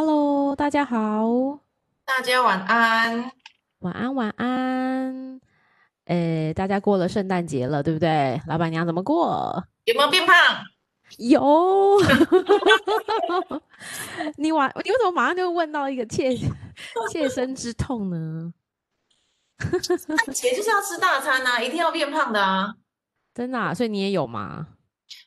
大家好，大家晚安。晚安，晚安。诶，大家过了圣诞节了，对不对？老板娘怎么过？有没有变 胖？有， 你晚，你为什么马上就问到一个切切身之痛呢？那姐就是要吃大餐啊，一定要变胖的啊。真的啊、所以你也有吗？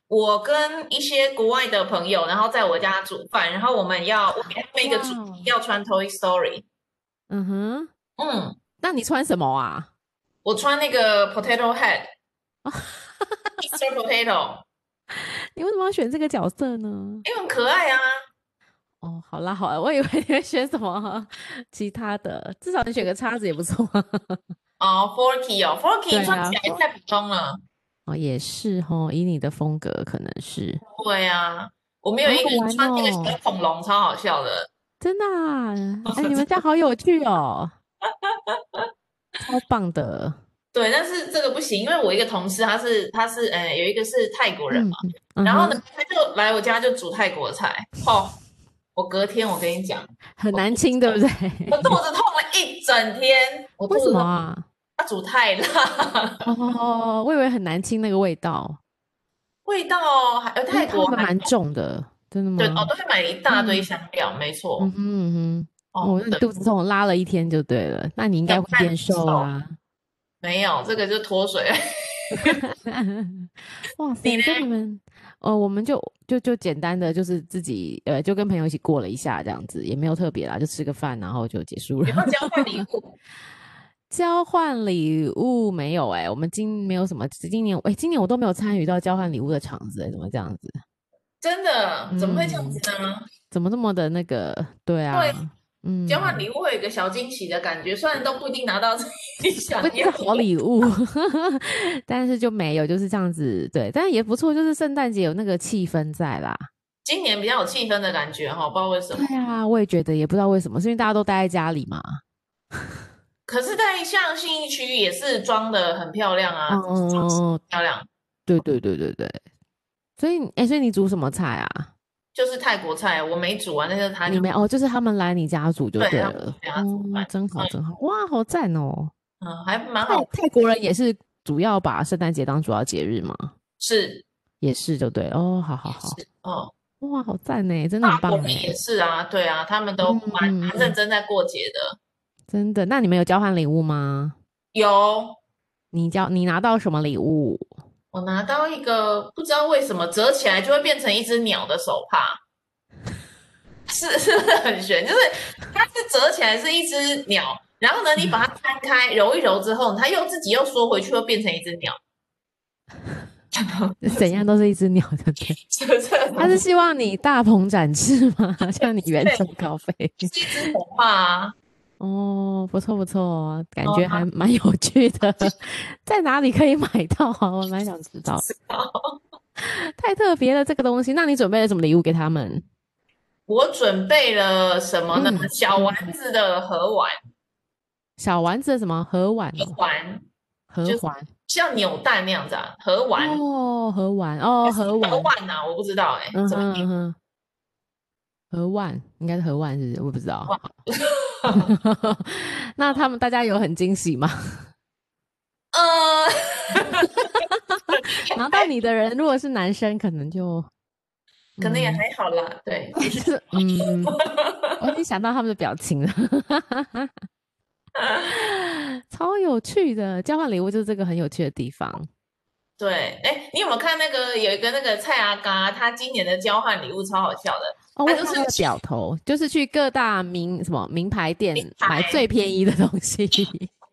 我跟一些国外的朋友，然后在我家煮饭，然后我们要我给他们一个主哇哦题，要穿 Toy Story。嗯哼，嗯，那你穿什么啊？我穿那个 Potato Head。Mr. Potato，你为什么要选这个角色呢？因为很可爱啊。哦，好啦，好啦，我以为你会选什么其他的，至少你选个叉子也不错 啊。哦，Forky 哦对啊，Forky 穿起来太普通了。哦，也是哦，以你的风格可能是对啊，我们有好一个好玩人穿那个哦小恐龙，超好笑的。真的啊！哎，你们家好有趣哦，超棒的。对，但是这个不行，因为我一个同事，他是他是呃，有一个是泰国人嗯嘛，，嗯然后哼呢，他就来我家就煮泰国菜。哦，我隔天我跟你讲，很难清，对不对？我肚子痛了一整天。我肚为什子么痛，啊？他煮太辣，哦，我以为很难清那个味道，味道还呃因为泰他国们还蛮重的，真的对吗哦，？都会买一大堆嗯香料，没错嗯哼嗯哼，哦我、那你对，肚子痛拉了一天就对了，那你应该要会看变瘦瘦啊！没有这个就脱 水。 哇塞，所以你们，哦，我们就就就简单的就是自己，呃，就跟朋友一起过了一下，这样子也没有特别啦，就吃个饭，然后就结束了 有。没有交换礼物？交换礼物没有哎、我们今没有什么，今年哎、今年我都没有参与到交换礼物的场子、欸，怎么这样子？真的怎么会这样子呢？怎么这么的那个？对啊，嗯，交换物礼物会有一个小惊喜的感觉，虽然都不一定拿到自己 想不一定要是好的。礼物， 但是就没有就是这样子，对，但也不错，就是圣诞节有那个气氛在啦。今年比较有气氛的感觉哈，不知道为什么。对啊，我也觉得，也不知道为什么，是因为大家都待在家里嘛。可是，在像信义区也是装的很漂亮啊，嗯嗯装饰嗯，漂亮，对对对对对。所以，哎、所以你煮什么菜啊？就是泰国菜，我没煮啊，那是他你就没哦，就是他们来你家煮就对他们了。来家煮嗯哦饭，真好真好，哇，好赞哦！嗯，还蛮泰好泰国人也是主要把圣诞节当主要节日嘛，吃，也是就对哦，好好好，是哦，哇，好赞呢，真的法很棒国人也哎，是啊，对啊，他们都嗯蛮嗯嗯蛮认真在过节的。真的。那你们有交换礼物吗？有，你交你拿到什么礼物？我拿到一个不知道为什么折起来就会变成一只鸟的手帕，是是不是很悬？就是它是折起来是一只鸟，然后呢，你把它摊开揉一揉之后，它又自己又缩回去，又变成一只鸟。 怎样都是一只鸟的，对。 是不是很他是希望你大鹏展翅吗？ 像你远对走高飞。是一只恐怕啊，哦，不错不错，感哦觉好还蛮有趣的。 在哪里可以买到啊？我蛮想知道。 太特别了这个东西，那你准备了什么礼物给他们？我准备了什么呢？嗯小丸子的盒碗，小丸子的什么盒碗盒哦？丸盒就是环像扭蛋那样子啊，盒丸哦，盒碗哦，还是盒碗盒，碗呐、啊，我不知道哎、嗯怎哼么念嗯哼，盒碗应该是盒碗，是不是？我不知道。 那他们大家有很惊喜 吗？ 呃，嗯拿到你的人如果是男生，可能就可能也嗯还好啦，对，就是嗯， 我已经想到他们的表情 了，超有趣的。交换礼物就是这个很有趣的地方。对，哎，你有没有看那个有一个那个蔡阿嘎，他今年的交换礼物超好笑的， 哦，我他有啊就看是他的表头，就是去各大名什么名牌店名买牌最便宜的东 西。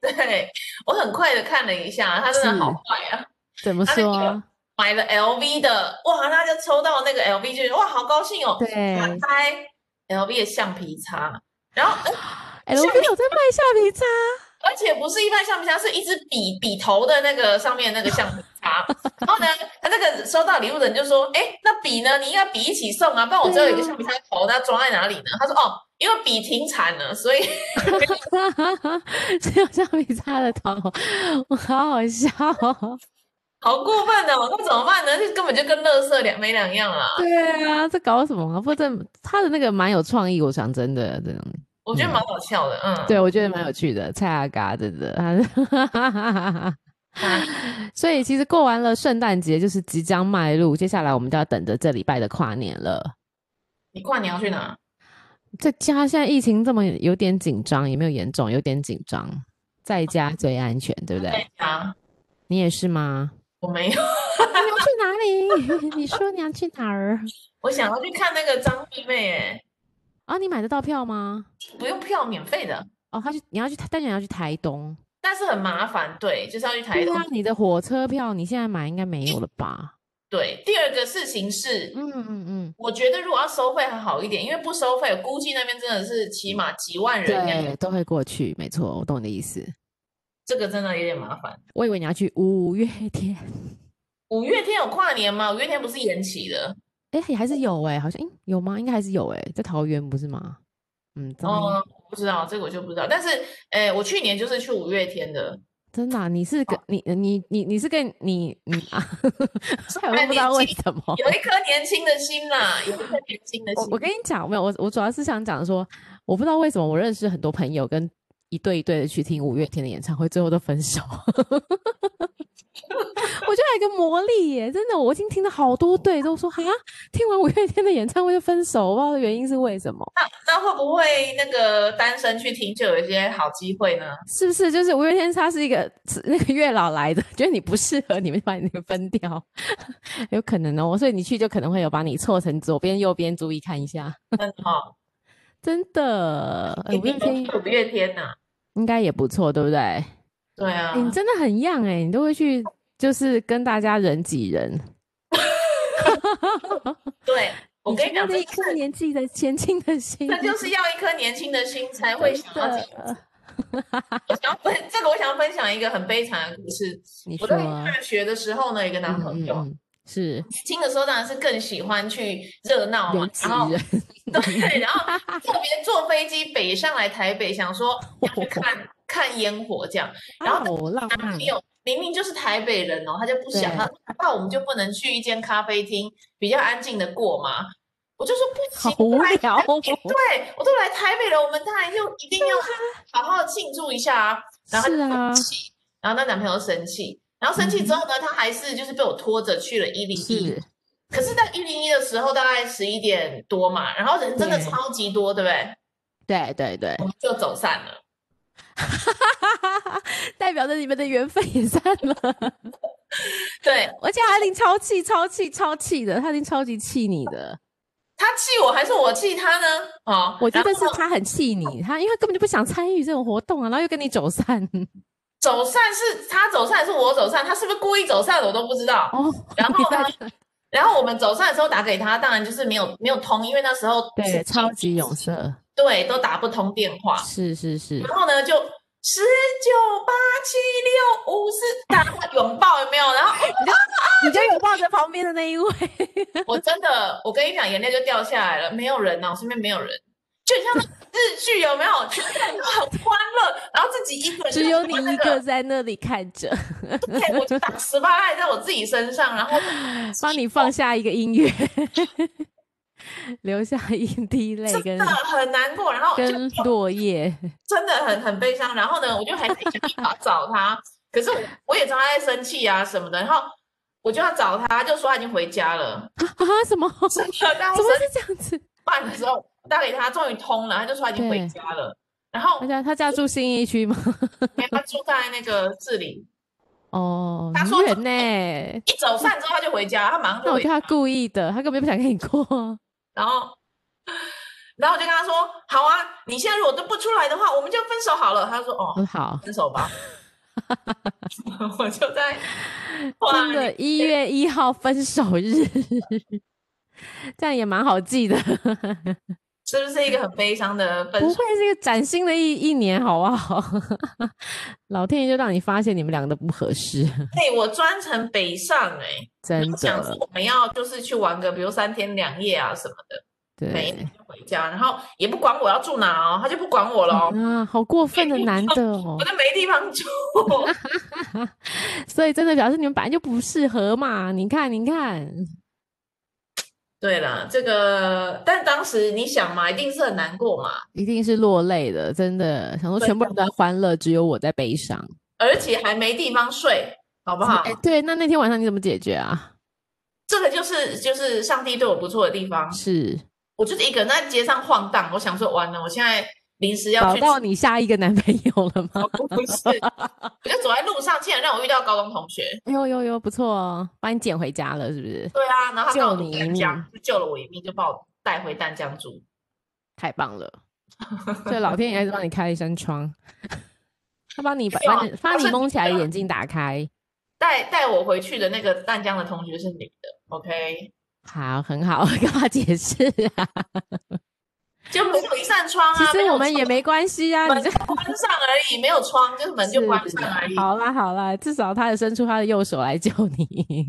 对我很快的看了一下，他真的好是快啊，怎么他那个说？买了 LV 的，哇，他就抽到那个 LV 就觉得哇好高兴哦，对打开 LV 的橡皮擦，然后呃哎，我朋友在卖橡皮擦，而且不是一般橡皮擦，是一支笔笔头的那个上面那个橡皮擦， 然后呢，他那个收到礼物的人就说，哎，那笔呢？你应该笔一起送啊，不然我只有一个橡皮擦头，那装在哪里呢？他说哦，因为笔停产了，所以。 只有橡皮擦的头，我好好笑哦。好过分哦！那怎么办呢？这根本就跟垃圾两没两样啦。对啊，这搞什么啊？不过这他的那个蛮有创意，我想真的这种，我觉得蛮好笑的，嗯，对我觉得蛮有趣的，蔡阿嘎真的。 他啊所以其实过完了圣诞节，就是即将迈入，接下来我们就要等着这礼拜的跨年了。你跨年要去哪？在家现在疫情这么有点紧张，也没有严重，有点紧张，在家最安全，对不对？在家，你也是吗？啊我没有， 你要去哪里？ 你说你要去哪儿？我想要去看那个张惠妹，哎，啊，你买得到票吗？不用票，免费的，哦，他去，你要去，但你要去台东。但是很麻烦，对，就是要去台对东。啊，你的火车票你现在买应该没有了吧？对，第二个事情是，嗯嗯嗯，我觉得如果要收费还好一点，因为不收费，估计那边真的是起码几万人这样，对，都会过去，没错，我懂你的意思。这个真的有点麻烦。我以为你要去五月天， 五月天有跨年吗？五月天不是延期的哎、也还是有哎、好像诶有吗？应该还是有哎、在桃园不是吗？嗯，真的、哦，我不知道这个我就不知道。但是，诶，我去年就是去五月天的，真的啊、你是跟你你你你是跟你你啊，害 我都不知道为什么。有一颗年轻的心啦，有一颗年轻的我心我。跟你讲，没有我我主要是想讲说，我不知道为什么我认识很多朋友跟一对一对的去听五月天的演唱会，最后都分手。 我觉得有一个魔力耶，真的，我已经听了好多对都说哈，听完五月天的演唱会就分手，我不知道原因是为什么，那那会不会那个单身去听就有一些好机会呢？是不是？就是五月天他是一个是那个月老来的，觉得你不适合，你们就把你那个分掉， 有可能哦。所以你去就可能会有把你错成左边右边，注意看一下，真的哦，真的， 呃一五月定天都是五月天呐、应该也不错，对不对？对啊欸，你真的很样哎、你都会去就是跟大家人挤人。对，我跟是你讲，那这一就是颗年纪的前进的呃心，这 就是要一颗年轻的心才会真想要这样。的。我想要分这个，我想要分享一个很悲惨的故事。你我说啊在大学的时候呢，有一个男朋友，嗯嗯嗯是年轻的时候当然是更喜欢去热闹嘛人，挤然后人， 对，然后特别坐飞机北上来台北，想说要去看看烟火这样。然后啊好浪男漫朋，友明明就是台北人哦，他就不想，嗯对他说那我们就不能去一间咖啡厅比较安静的过吗？我就说不行，好无我来聊哦对我都来台北了，我们当然就一定要好好庆祝一下啊。然后他是就啊生气，然后那男朋友生气，然后生气之后呢，他还是就是被我拖着去了一零嗯一。是可是，在一零一的时候大概十一点多嘛，然后人真的对超级多，对不对？对对对我，们就走散了。 代表着你们的缘分也散了， 对而且阿玲超气、超气、超气的，她已经超级气你的。他气我还是我气他呢？哦，我觉然得是后她很气你，她因为她根本就不想参与这种活动啊，然后又跟你走散。走散是他走散还是我走散？他是不是故意走散的？我都不知道。 哦，然后呢你在然后我们走散的时候打给他，当然就是没有没有通，因为那时候对，是超级勇士，对都打不通电话。是是是，然后呢，就十九八七六五四，大家拥抱有没有？然后你就有抱着旁边的那一位，我真的，我跟你讲，眼泪就掉下来了，没有人呐、我身边没有人，就很像那个日剧有没有？全部人都很欢乐，然后自己一个人，只有你一个，在那里看着， 对，我就打十八赖在我自己身上，然 后哎帮你放下一个音乐，留下一滴泪真跟的很难过，然后就跟落 叶，真的很很悲伤。然后呢，我就还是想办法找他，可是我我也知道他在生气啊什么的，然后我就要找他，就说他已经回家了， 啊什么？真怎的，但我么生是这样子？半的时候打给他，终于通了，他就说他已经回对家了。然后他家他家住信义区吗？他住在那个志玲，哦，他很说远呢。一走散之后他就回家，他马上那就我回觉家。得他故意的，他根本就不想跟你过啊。然后，然后我就跟他说：“好啊，你现在如果都不出来的话，我们就分手好了。”他说：“我说哦，好，分手 吧。”我就在哇，真的，一月一号分手日， 这样也蛮好记的。是不是一个很悲伤的分不手？会是一个崭新的一一年，好 不好？老天爷就让你发现你们两个都不合适，对，我专程北上哎、欸，真我想说的。我们要就是去玩个，比如三天两夜啊什么的。每一对天，就回家，然后也不管我要住哪哦，他就不管我了哦，啊，好过分的男的哦我，就没地方住。 所以真的表示你们本来就不适合嘛。你看，你看，对啦，这个，但当时你想嘛，一定是很难过嘛，一定是落泪的，真的想说对啊全部人都在欢乐，只有我在悲伤，而且还没地方睡，好不好？哎，对，那那天晚上你怎么解决啊？这个就是就是上帝对我不错的地方，是我就是一个人在街上晃荡，我想说完了，我现在临时要找去到吃你下一个男朋友了吗？ 不是，我就走在路上，竟然让我遇到高中同学。哎呦呦呦，不错哦，把你捡回家了，是不是？对啊，然后他救告我你一淡江，就救了我一命，就把我带回淡江住。太棒 了！所以老天爷还是帮你开了一扇窗，他帮你把没有啊把你把他你是蒙起来，这样眼睛打开，带带我回去的那个淡江的同学是女的，OK，好，很好， 干嘛解释啊？就没有一扇窗其啊，实没有我们也窗没关系啊，门你这就关上而已，没有窗，就是门就关是上而已。好啦好啦，至少他也伸出他的右手来救 你，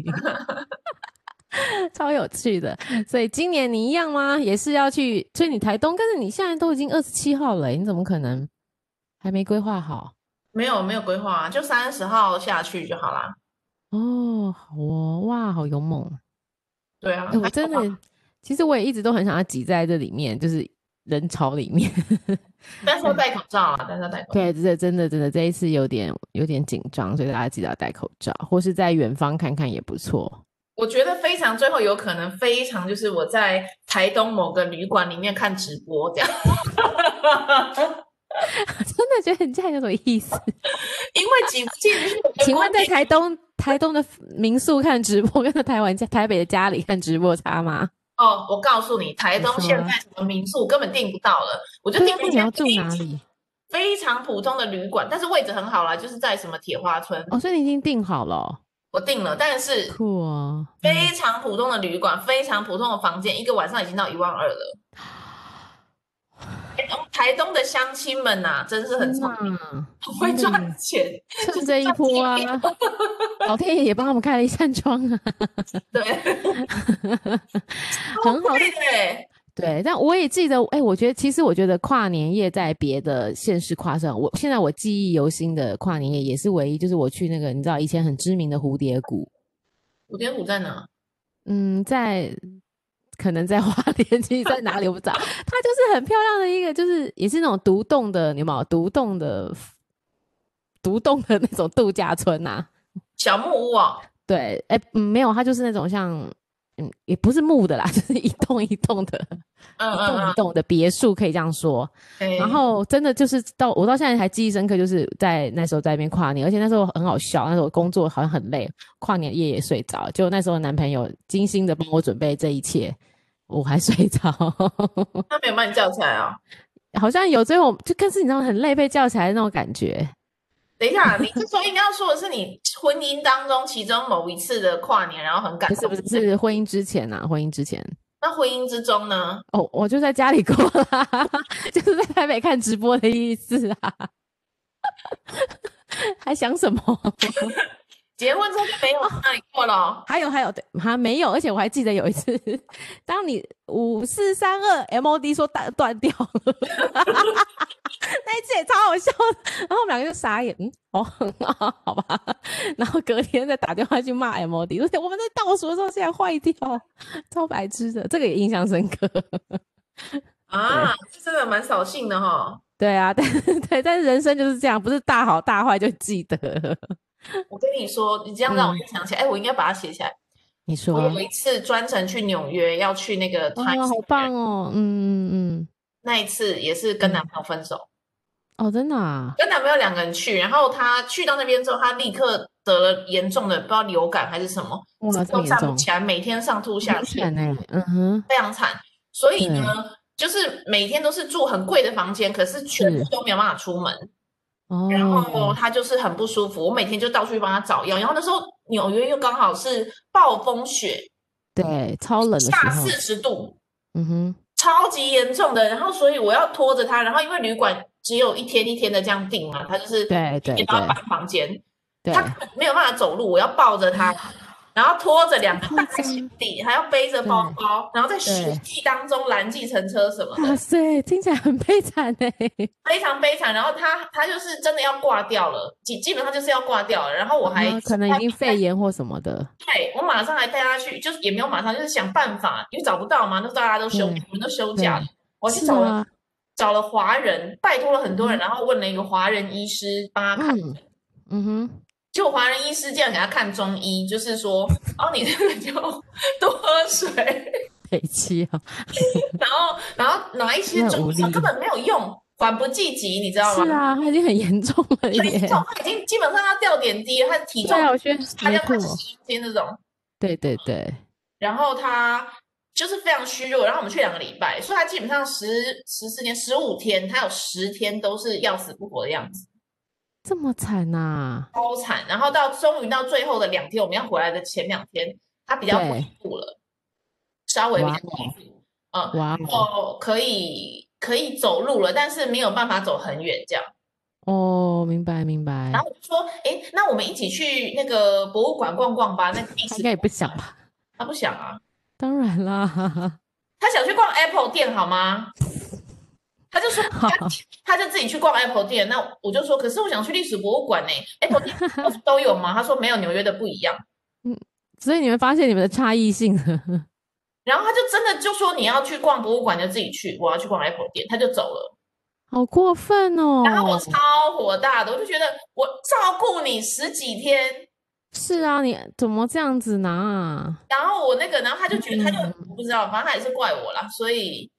超有趣的。所以今年你一样吗？也是要去，所以你台东，但是你现在都已经二十七号了、欸你怎么可能还没规划好？没有没有规划啊，就三十号下去就好啦。哦，好哦，哇，好勇猛！对啊，哎、还我好真吧， 的，其实我也一直都很想要挤在这里面，就是人潮里面。 但是要戴口罩啊，但是要戴口罩。对，这真的真的这一次有点有点紧张，所以大家记得要戴口罩，或是在远方看看也不错。我觉得非常最后有可能非常就是我在台东某个旅馆里面看直播这样， 真的觉得你这样有什么意思？因为挤不进去。请问在在台东台东的民宿看直播，跟在台湾家台北的家里看直播差吗？哦，我告诉你，台东你说现在什么民宿根本订不到了，我就对啊，订了那一你要间住非哪常里？非常普通的旅馆，但是位置很好啦，就是在什么铁花村，哦，所以你已经订好了哦、我订了，但是酷哦！非常普通的旅馆，非常普通的房间，一个晚上已经到一万 二了。台东台东的乡亲们呐、真是很天聪明，哪，很会真的耶赚钱。趁这一波 啊，老天爷也帮我们开了一扇窗啊，对，很好。对对，对，但我也记得，哎、我觉得其实我觉得跨年夜在别的县市跨上，我现在我记忆犹新的跨年夜也是唯一，就是我去那个你知道以前很知名的蝴蝶谷，五点五在哪？嗯，在可能在花莲，其实在哪里我不知道，它就是很漂亮的一个，就是也是那种独栋的，你有没有独栋的独栋的那种度假村呐、小木屋哦，对，哎、嗯，没有，它就是那种像，嗯，也不是木的啦， 就是一栋一栋的，嗯一嗯栋一嗯栋的别墅，可以这样说。哎，然后真的就是到我到现在还记忆深刻，就是在那时候在那边跨年，而且那时候很好笑，那时候我工作好像很累，跨年夜也睡着，就那时候男朋友精心的帮我准备这一切，我还睡着，他没有把你叫起来哦。好像有最后就更是你知道很累被叫起来的那种感觉，等一下，你这时候应该要说的是你婚姻当中其中某一次的跨年，然后很感不动。是不是是婚姻之前啊，婚姻之前。那婚姻之中呢？哦，我就在家里过啦， 就是在台北看直播的意思啊， 还想什么？结婚之后就没有让你过了哦。还有还有，对，还没有，而且我还记得有一次，当你五四三二 MOD 说断断掉了， 那一次也超好笑的，然后我们两个就傻眼，嗯，哦， 好吧，然后隔天再打电话去骂 MOD，而且我们在倒数的时候竟然坏掉，超白痴的，这个也印象深刻。啊，这真的蛮扫兴的哈、哦。对啊，但是对，但是人生就是这样，不是大好大坏就记得。我跟你说，你这样让我嗯又想起来，哎、我应该把它写起来。你说我啊，有一次专程去纽约，要去那个哇、 Times 好 Square，棒哦，嗯嗯那一次也是跟嗯男朋友分手，嗯，哦，真的啊，跟男朋友两个人去，然后他去到那边之后，他立刻得了严重的不知道流感还是什么，哇，这都么严站不重，起来，每天上吐下很泻，惨哎，嗯哼，非常惨。所以呢，就是每天都是住很贵的房间，可是全部是都没有办法出门。哦，然后他就是很不舒服，我每天就到处帮他找药。然后那时候纽约又刚好是暴风雪，对，超冷的时下候四，十度，嗯哼，超级严重的。然后所以我要拖着他，然后因为旅馆只有一天一天的这样订嘛，他就是对对对一天都要搬房间，对 他，根本没有办法走路，我要抱着他。然后拖着两个夸大张行李，还要背着包包，然后在雪地当中拦计程车什么哇 的，塞，听起来很悲惨哎、非常悲惨。然后他他就是真的要挂掉了，基基本上就是要挂掉了。然 后我还、嗯可能已经肺炎或什么的，对，我马上还带他去，就是也没有马上，就是想办法，因为找不到嘛，那大家都休，对我们都休假了对，我去是找了、啊，找了华人，拜托了很多人，嗯然后问了一个华人 医师帮他看，嗯嗯哼，结果华人医师竟然给他看中医，就是说，哦，你这个就多喝水，北七啊，然后然后哪一些那很中无草力根本没有用，缓不济急，你知道是吗？啊，他已经很严重了所以耶这。种他已经基本上要掉点滴了，他的体重对啊，我觉得他没要快错，十斤那种，对对对，然后他就是非常虚弱，然后我们去两个礼拜，所以他基本上十十四天、十五天，他有十天都是要死不活的样子，这么惨呐、超惨。然后到终于到最后的两天，我们要回来的前两天，他比较对恢复了，稍微比较哇恢复，嗯，哇然后可以可以走路了，但是没有办法走很远这样。哦，明白明白然，后我就说，哎，那我们一起去那个博物馆逛逛吧。那个历他史应该也不想吧？他不想啊，当然啦， 他想去逛 Apple 店好吗？他就说他他就自己去逛 Apple 店，那我就说，可是我想去历史博物馆呢、a p p l e 店不是 都有吗？他说没有，纽约的不一样。所以你们发现你们的差异性了，然后他就真的就说你要去逛博物馆就自己去，我要去逛 Apple 店，他就走了。好过分哦！然后我超火大的，我就觉得我照顾你十几天，是啊，你怎么这样子拿啊？然后我那个，然后他就觉得他就嗯我不知道，反正他也是怪我啦，所以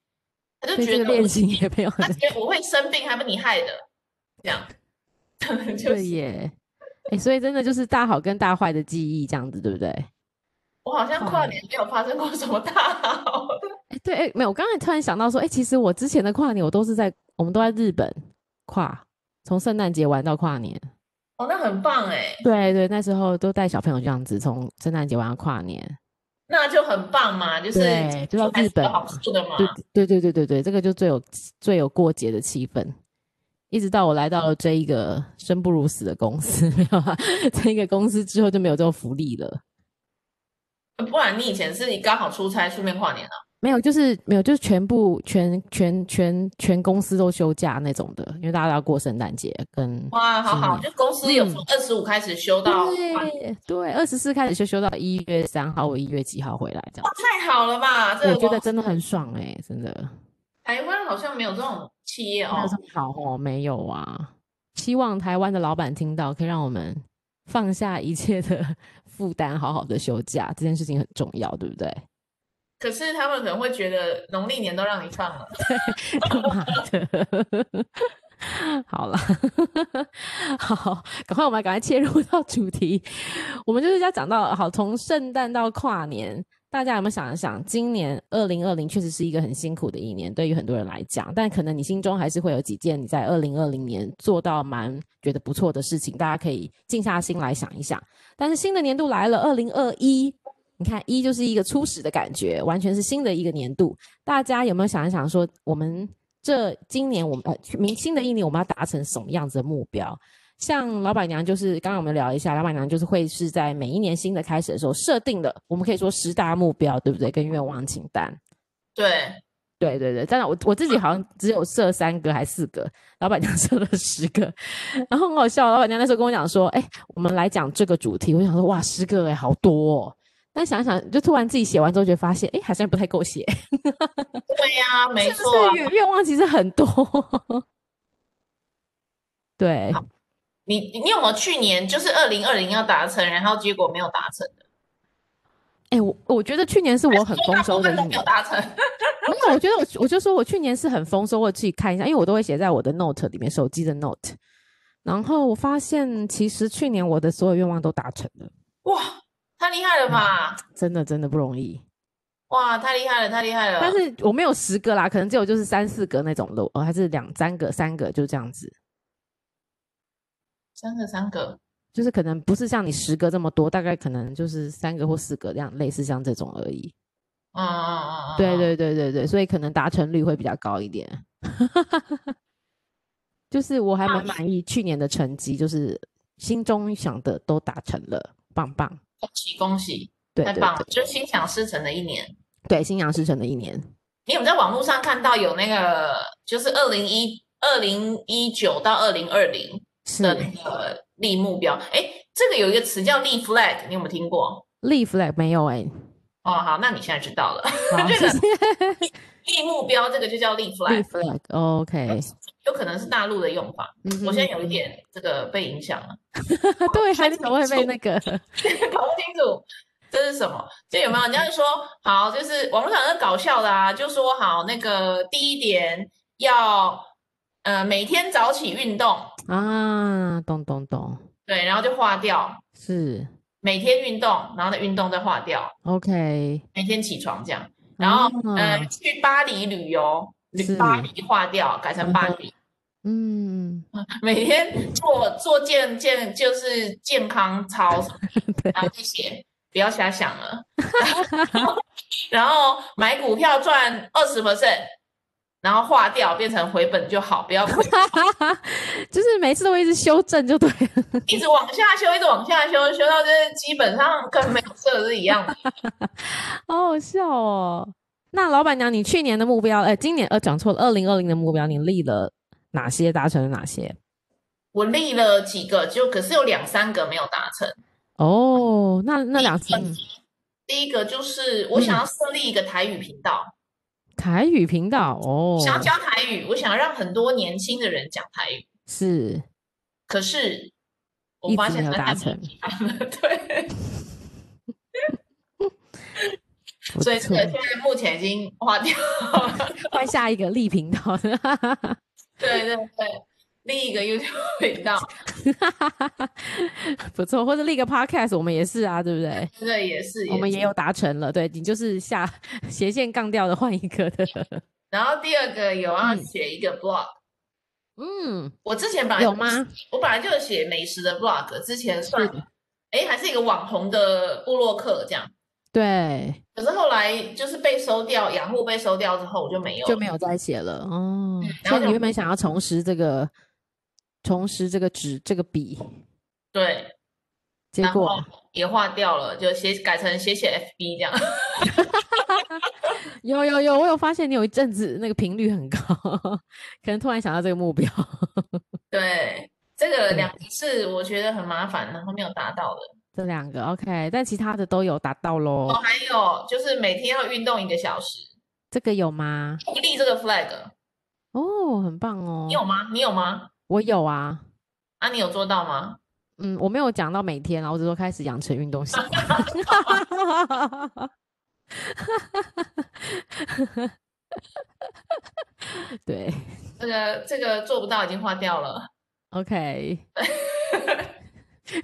他就对觉这得个我恋情也没有很他觉啊得我会生病还不你害的，这样， 就对是耶，哎、所以真的就是大好跟大坏的记忆这样子，对不对？哎、我好像跨年没有发生过什么大好。对，哎、没有，我刚才突然想到说，哎、其实我之前的跨年我都是在我们都在日本跨，从圣诞节玩到跨年。哦，那很棒哎，对对，那时候都带小朋友这样子，从圣诞节玩到跨年。那就很棒嘛，就是对就到还日是有本好嘛处的嘛。对对对对对对，这个就最有最有过节的气氛。一直到我来到了这一个生不如死的公司， 没有啊，这一个公司之后就没有这种福利了。不然你以前是刚好出差顺便跨年啊？没有，就是没有，就是全部全全全全公司都休假那种的，因为大家都要过圣诞节跟哇，好好，嗯就公司有从二十五开始休到跨年，对对，二十四开始休休到一月三号，我一月几号回来这样哇，。太好了吧？这我个觉得公真的很爽哎、真的。台湾好像没有这种企业没哦有这。么好哦，没有啊。希望台湾的老板听到，可以让我们放下一切的负担，好好的休假，这件事情很重要，对不对？可是他们可能会觉得农历年都让你放了，干嘛的？好啦，好，赶快我们来赶快切入到主题。我们就是要讲到，好，从圣诞到跨年，大家有没有想一想，今年二零二零确实是一个很辛苦的一年，对于很多人来讲，但可能你心中还是会有几件你在二零二零年做到蛮觉得不错的事情，大家可以静下心来想一想。但是新的年度来了，二零二一。你看，一就是一个初始的感觉，完全是新的一个年度。大家有没有想一想说，我们这今年我们呃明新的一年我们要达成什么样子的目标？像老板娘就是刚刚我们聊一下，老板娘就是会是在每一年新的开始的时候设定的，我们可以说十大目标，对不对？跟愿望清单。对，对对对，当然我我自己好像只有设三个还四个，老板娘设了十个， 然后很好笑，老板娘那时候跟我讲说，哎，我们来讲这个主题，我想说哇，十个哎、好多哦。但想想，就突然自己写完之后，就发现，哎，好像不太够写，对呀、没是错不是啊、愿愿望其实很多？对，你你有没有去年就是二零二零要达成，然后结果没有达成的？哎，我我觉得去年是我很丰收的一大部分都没年有，达成。没有，我觉得我我就说我去年是很丰收，我自己看一下，因为我都会写在我的 note 里面，手机的 note。然后我发现，其实去年我的所有愿望都达成了，哇，太厉害了吧！真的真的不容易。哇，太厉害了，太厉害了！但是我没有十个啦，可能只有就是三四个那种的，哦，还是两三个、三个，就这样子。三个三个，就是可能不是像你十个这么多，大概可能就是三个或四个这样，类似像这种而已。嗯嗯嗯嗯，对嗯，对对对对，所以可能达成率会比较高一点。 就是我还蛮满意去年的成绩，就是心中想的都达成了，棒棒。恭喜恭喜，对太对棒了！对，就心想事成的一年。对心想事成的一年。你有没有在网络上看到有那个，就是二零一二零一九到二零二零是的那个立目标？哎，这个有一个词叫立 flag，你有没有听过？立 flag 没有 哎、哦，好，那你现在知道了。 好，这谢个谢立目标这个就叫立立 flag， flag，OK。有可能是大陆的用法。我现在有一点这个被影响了， 嗯哼 对，我还是是会被民众那 个搞不清楚这是什么。就有没有人家就说好，就是网络上有在搞笑的啊，就说好那个第一点要呃每天早起运动，啊，懂懂懂，对，然后就划掉是每天运动，然后再运动再划掉， OK。每天起床这样。然后呃啊去巴黎旅游，是旅巴黎划掉改成巴嗯哼黎。嗯， 每天做做健健就是健康操什么 的啊这些，不要瞎想了。 然后买股票赚二十 percent，然后划掉变成回本就好，不要亏就是每次都会一直修正就对了。一直往下修，一直往下修，修到就是基本上跟没有设是一样 的。好好笑哦。那老板娘，你去年的目标，呃，今年呃讲错了，二零二零的目标你立了哪些，达成了哪些？我立了几个，就可是有两三个没有达成。哦，那那两嗯次嗯第一个就是我想要设立一个台语频道，台语频道哦，想要教台语，我想让很多年轻的人讲台语。是可是我一发直现没有很达难成了 对，不所以这错个，现在目前已经花掉 了。换下一个立频道。对对对，另一个 YouTube 频道，不错，或者立个 podcast，我们也是啊，对不对？这个也是，我们是也有达成了，对你就是下 斜线杠掉的换一个 的，然后第二个有要嗯写一个 blog，、嗯，我之前本来有吗？我本来就有写美食的 blog，之前算哎还是一个网红的部落客这样。对，可是后来就是被收掉，养护被收掉之后，我就没有就了没有再写了哦。然所后以就你原本想要重拾这个，重拾这个纸这个笔，对，结然果后也划掉了，就写改成写写 FB 这样。有有有，我有发现你有一阵子那个频率很高， 可能突然想到这个目标。对，这个对两个是我觉得很麻烦，然后没有达到的。这两个 OK，但其他的都有达到哦，喽。还有就是每天要运动一个小时，这个有吗？我立这个 flag，哦，很棒哦你。有吗？你有吗？我有啊，啊，你有做到吗？嗯，我没有讲到每天啊，我只说开始养成运动习惯。 对这个这个做不到，已经花掉了。 ，OK，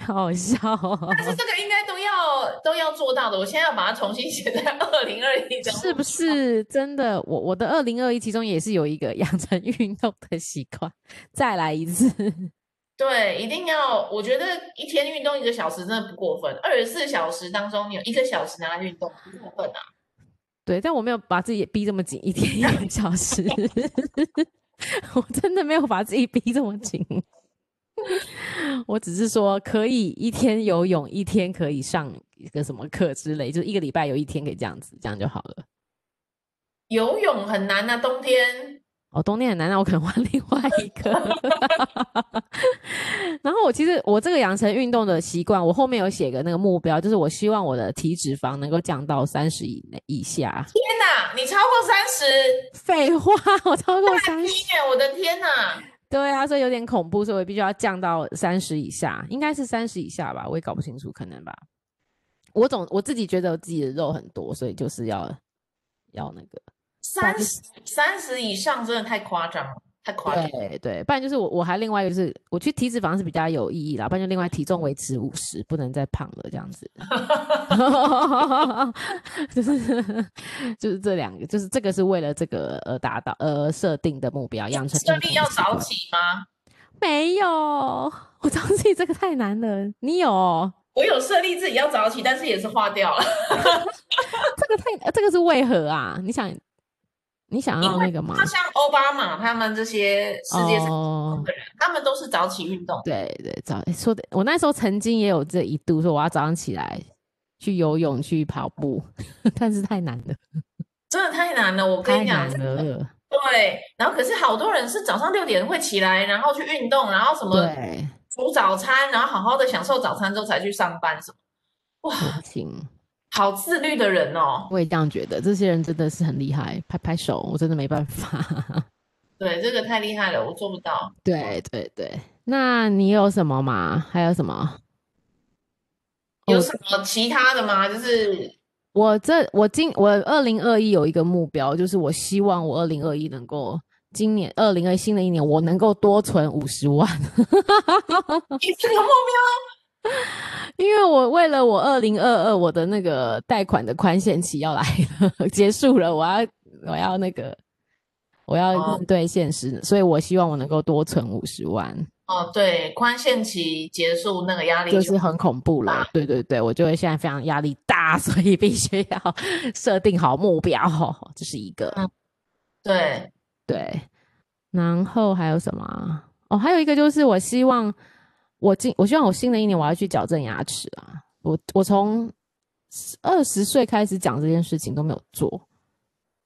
好好笑、哦，但是这个应该都要都要做到的。我现在要把它重新写在二零二一张，是不？是真的？我我的二零二一其中也是有一个 养成运动的习惯，再来一次。对，一定要。我觉得一天运动一个小时真的不过分，二十四小时当中你有一个小时拿来运动，不过分啊。对，但我没有把自己逼这么紧，一天一个小时， 我真的没有把自己逼这么紧。我只是说可以一天游泳，一天可以上一个什么课之类，就是一个礼拜有一天可以这样子，这样就好了。游泳很难啊，冬天。哦，冬天很难，那我可能换另外一个。 然后我其实我这个养成运动的习惯，我后面有写个那个目标，就是我希望我的体脂肪能够降到三十以内以下。 天哪，你超过三十，废话，我超过三十。低耶！哎我的天哪！对啊，所以有点恐怖，所以我必须要降到三十以下，应该是三十以下吧，我也搞不清楚，可能吧。我总我自己觉得我自己的肉很多，所以就是要要那个，三十三十以上真的太夸张了，太夸张了。对对，不然就是我我还另外一个就是我去体脂肪是比较有意义啦，不然就另外体重维持五十，不能再胖了这样子， 就是就是这两个，就是这个是为了这个而达到而设定的目标，养成设运立动要的习早惯起吗？没有，我知道自己这个太难了。你有哦、我有设立自己要早起，但是也是划掉了。这个太，呃这个是为何啊？你想，你想因要为那个吗？像奥巴马他们这些世界上嗯哦，的人，他们都是早起运动。对对，早诶说的，我那时候曾经也有这一度说我要早上起来去游泳、去跑步，但是太难了，真的太难了。我跟太你讲难，了。对。然后可是好多人是早上六点会起来，然后去运动，然后什么对，煮早餐，然后好好的享受早餐之后才去上班什么。哇，不行，好自律的人哦。我也这样觉得。这些人真的是很厉害，拍拍手，我真的没办法。 对，这个太厉害了，我做不到。对对对，那你有什么吗？还有什么？有我什么其他的吗？就是我这我今我二零二一有一个目标，就是我希望我二零二一能够今年二零二新的一年，我能够多存五十万，你这个目标因为我为了我二零二二我的那个贷款的宽限期要来了，结束了，我要我要那个我要哦面对现实，所以我希望我能够多存五十万， 哦，对，宽限期结束那个压力就就是很恐怖了大。对对对，我就会现在非常压力大，所以必须要设定好目标，这是一个。嗯对，对，然后还有什么啊？哦，还有一个就是我希望我今我希望我新的一年我要去矫正牙齿啊。我我从二十岁开始讲这件事情都没有做，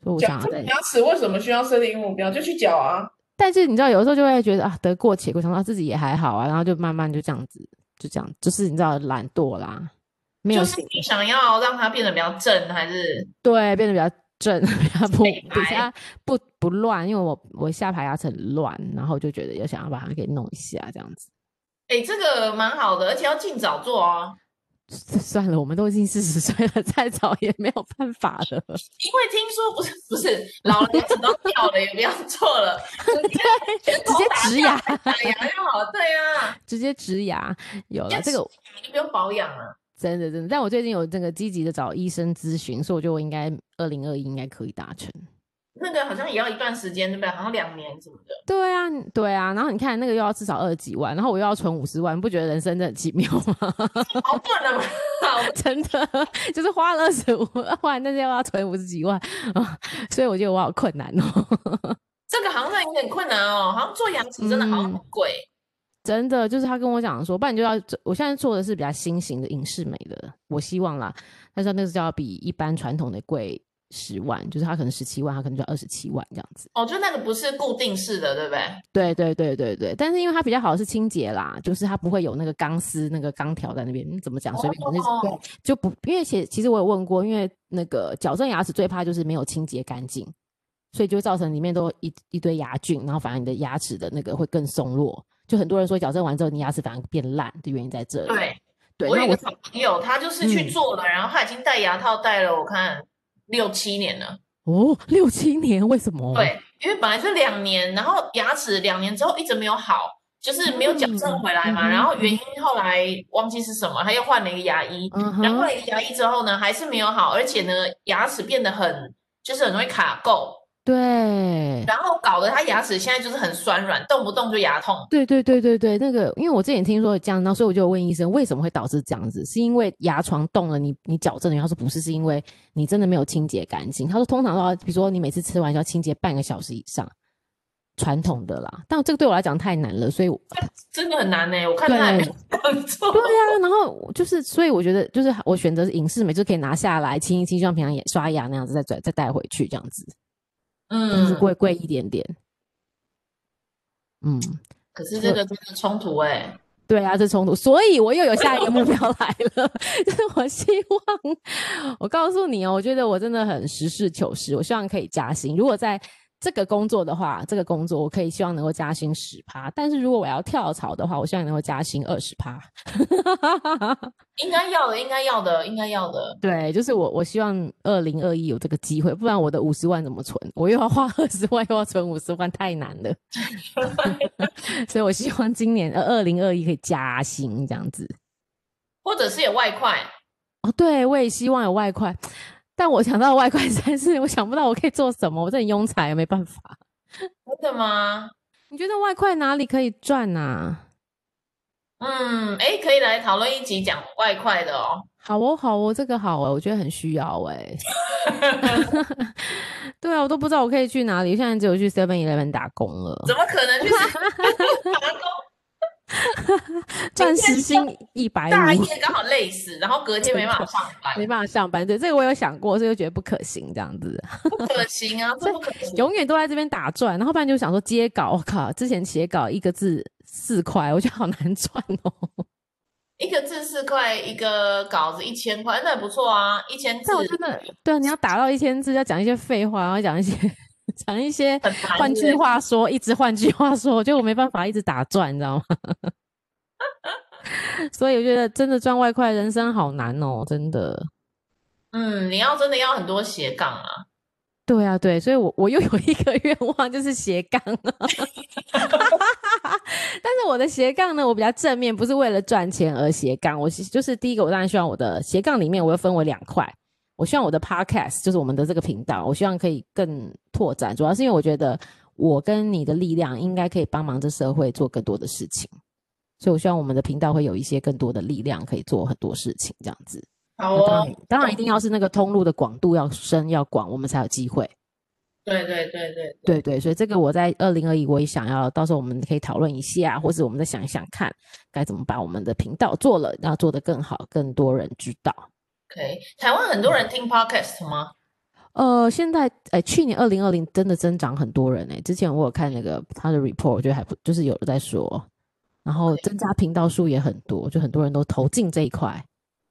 所以我想要再。牙齿为什么需要设定目标？就去缴啊。但是你知道，有的时候就会觉得啊，得过且过，想到自己也还好啊，然后就慢慢就这样子，就这样，就是你知道懒惰啦，没有就行是你想要让它变得比较正，还是对，变得比较正， 比较不美比白较不不乱，因为我我下排牙齿很乱，然后就觉得也想要把它给弄一下这样子。哎，这个蛮好的，而且要尽早做哦。 算了，我们都已经四十岁了，再早也没有办法 了。因为听说不是不是老了牙齿都掉了，也不要做了，直接全直头接打植掉牙，打牙就好。对啊，直接植牙，有了要这个就不用保养了。真的真的。但我最近有这个积极的找医生咨询，所以我觉得我应该二零二一应该可以达成。那个好像也要一段时间，对不对？好像两年什么的。对啊，对啊，然后你看那个又要至少二十几万，然后我又要存五十万，你不觉得人生真的很奇妙吗？ 好笨了吧？真的就是花了二十五万， 但是又要存五十几万 啊，所以我觉得我好困难哦。这个好像有点困难哦，好像做牙齿真的好像很贵。真的，就是他跟我讲说，不然你就要，我现在做的是比较新型的影视美的，我希望啦。他说那个是要比一般传统的贵十万，就是他可能十七万，他可能就二十七万这样子。哦，就那个不是固定式的，对不对？对对对对对，但是因为它比较好的是清洁啦，就是它不会有那个钢丝、那个钢条在那边，嗯怎么讲随便，反正哦对就不，因为其其实我有问过，因为那个矫正牙齿最怕就是没有清洁干净，所以就会造成里面都一一堆牙菌，然后反而你的牙齿的那个会更松落。就很多人说矫正完之后你牙齿反而变烂的原因在这里。对，对，我有那一我个好朋友，他就是嗯去做了，然后他已经戴牙套戴了，我看六七年了。哦六七年为什么？对，因为本来是两年，然后牙齿两年之后一直没有好，就是没有矫正回来嗯嘛。嗯然后原因后来忘记是什么，他又换了一个牙医，嗯然后换哼，了一个牙医之后呢，还是没有好，而且呢，牙齿变得很就是很容易卡垢，对。然后搞得他牙齿现在就是很酸软，动不动就牙痛。对对对对对，那个，因为我之前听说有这样，然后所以我就有问医生为什么会导致这样子，是因为牙床动了你，你矫正了，他说不是，是因为你真的没有清洁干净。他说通常的话，比如说你每次吃完要清洁半个小时以上，传统的啦，但这个对我来讲太难了，所以我真的很难呢、欸我看对他还没有 这样做对。啊，然后我就是，所以我觉得就是我选择是影视美，就可以拿下来清一清，就像平常也刷牙那样子，再再再带回去这样子，但是嗯，贵贵一点点。嗯，可是这个真的冲突哎、对啊，这冲突，所以我又有下一个目标来了， 就是我希望，我告诉你哦，我觉得我真的很实事求是，我希望可以加薪。如果在这个工作的话，这个工作我可以希望能够加薪十趴，但是如果我要跳槽的话，我希望能够加薪二十趴。应该要的，应该要的，应该要的。对，就是我，我希望二零二一有这个机会，不然我的五十万怎么存？我又要花二十万，又要存五十万，太难了。 所以我希望今年呃二零二一可以加薪这样子。或者是有外快，哦，对，我也希望有外快，但我想到外快实在是，我想不到我可以做什么，我这很庸才，没办法。真的吗？你觉得外快哪里可以赚啊？嗯，哎，可以来讨论一集讲外快的哦。好哦，好哦，这个好哦，我觉得很需要哎、 对啊，我都不知道我可以去哪里，现在只有去 Seven Eleven 打工了。怎么可能去打工？赚时薪一百大五，夜刚好累死，然后隔天没办法上班，没办法上班。对，这个我有想过，所以就觉得不可行，这样子，不可 行啊，这不可行。永远都在这边打转。然后不然就想说接稿，我靠，之前写稿一个字四块，我觉得好难赚哦。一个字四块，一个稿子一千块，那也不错啊，一千字但我真的对啊，你要打到一千字，要讲一些废话，然后讲一些 讲一些。很难。换句，话说，一直换句话说，我觉得我没办法一直打转，你知道吗？ 所以我觉得真的赚外快，人生好难哦，真的。嗯，你要真的要很多斜杠啊，对啊，对，所以我我又有一个愿望就是斜杠啊， 但是我的斜杠呢，我比较正面，不是为了赚钱而斜杠。我其实就是第一个，我当然希望我的斜杠里面，我要分为两块。我希望我的 podcast 就是我们的这个频道，我希望可以更拓展，主要是因为我觉得我跟你的力量应该可以帮忙这社会做更多的事情，所以我希望我们的频道会有一些更多的力量，可以做很多事情这样子。好那当哦然，，当然一定要是那个通路的广度要深要广，我们才有机会。对对对对，对对，所以这个我在二零二一我也想要，到时候我们可以讨论一下，或是我们再想一想看该怎么把我们的频道做了，要做得更好，更多人知道。 OK，台湾很多人听 podcast 吗？呃，现在哎，去年二零二零真的增长很多人哎、之前我有看那个他的 report，我觉得还不就是有在说，然后增加频道数也很多，就很多人都投进这一块，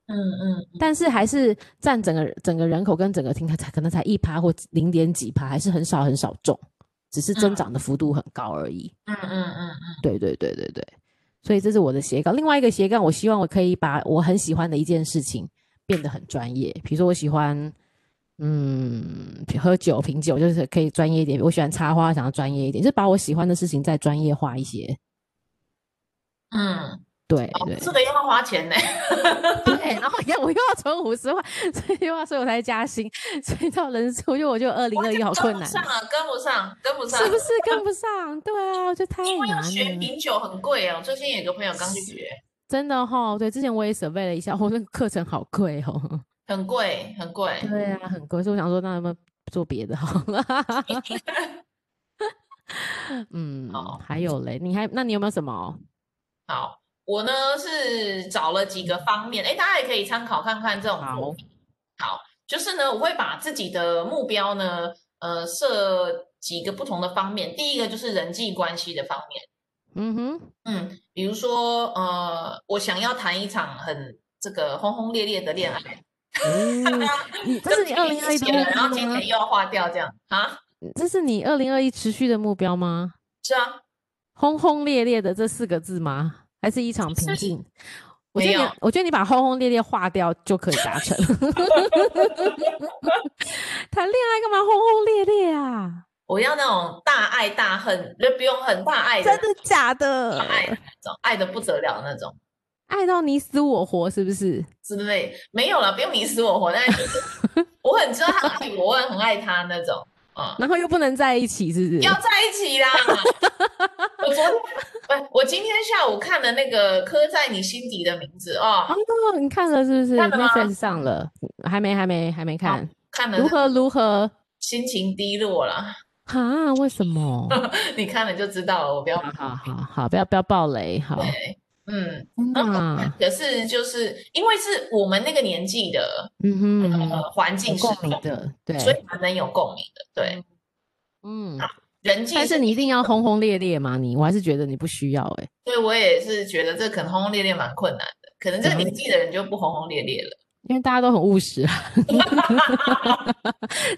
嗯嗯，但是还是占整个整个人口跟整个听才可能才一趴或零点几趴，还是很少很少众，只是增嗯长的幅度很高而已。嗯嗯嗯嗯，对对对对对，所以这是我的斜杠。另外一个斜杠，我希望我可以把我很喜欢的一件事情变得很专业。比如说，我喜欢嗯喝酒品酒，就是可以专业一点；我喜欢插花，想要专业一点，就是把我喜欢的事情再专业化一些。嗯，对哦对、这个又要花 钱呢。对，然后你看我又要存五十万，所以又要，所以我才加薪，所以到人数，因为我就二零二一好跟困不难，上啊，跟不上，跟不上，是不是跟不上？对啊，我觉得太因为难要学了。品酒很贵啊。我最近有一个朋友刚去学，真的哈、对，之前我也准备了一下，我、那个课程好贵哦。很贵，很贵。对啊，很贵，所以我想说，那有没有做别的好了？ 嗯，好还有嘞，你还那你有没有什么？好，我呢是找了几个方面，哎，大家也可以参考看看这种好作品。好，就是呢，我会把自己的目标呢，呃，设几个不同的方面。第一个就是人际关系的方面。嗯哼，嗯，比如说，呃，我想要谈一场很这个轰轰烈烈的恋爱，嗯你这是你明二明零二一的写了然后目今标吗年？又要划掉这样啊？这是你二零二一持续的目标吗？是啊，轰轰烈烈的这四个字吗？还是一场平是静？我觉得没你有，我觉得你把轰轰烈烈划掉就可以达成。 谈恋爱干嘛轰轰烈烈 啊？我要那种大爱大恨，就不用很大爱的，真的假的大？爱的那种，爱的不得了那种爱到你死我活是不是？之类。没有了，不用你死我活，但是就是 我很知道他爱我，我也很爱他那种。嗯，然后又不能在一起，是不是要？在一 起啦！我昨天，不，我今天下午看了那个《刻在你心底的名字》哦，哦，你看了是不是看了吗？Netflix 上了，还没，还没，还没看。看了如何如何？心情低落啦， 啊？为什么？你看了就知道了，我不要好好好好，不要不要暴雷。好，啊对，嗯，那可是就是因为是我们那个年纪的嗯哼，呃环境有是共鸣的，对，所以啊蛮能有共鸣的，对，嗯。人际但是你一定要轰轰烈烈嘛，你我还是觉得你不需要哎、对我也是觉得这可能轰轰烈烈蛮困难的，可能这个嗯年纪的人就不轰轰烈烈了，因为大家都很务实啊，